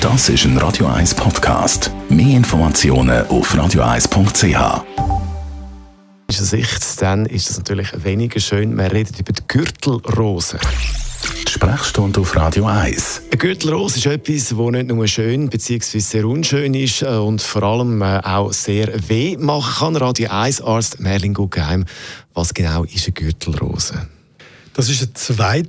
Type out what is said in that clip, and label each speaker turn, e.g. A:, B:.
A: Das ist ein Radio 1 Podcast. Mehr Informationen auf radio1.ch.
B: Sicht, dann ist das natürlich weniger schön. Man redet über die Gürtelrose.
A: Die Sprechstunde auf Radio 1.
B: Eine Gürtelrose ist etwas, das nicht nur schön bzw. sehr unschön ist äh, und vor allem äh, auch sehr weh machen kann. Radio 1-Arzt Merlin Guggenheim, was genau ist eine Gürtelrose?
C: Das ist eine zweite.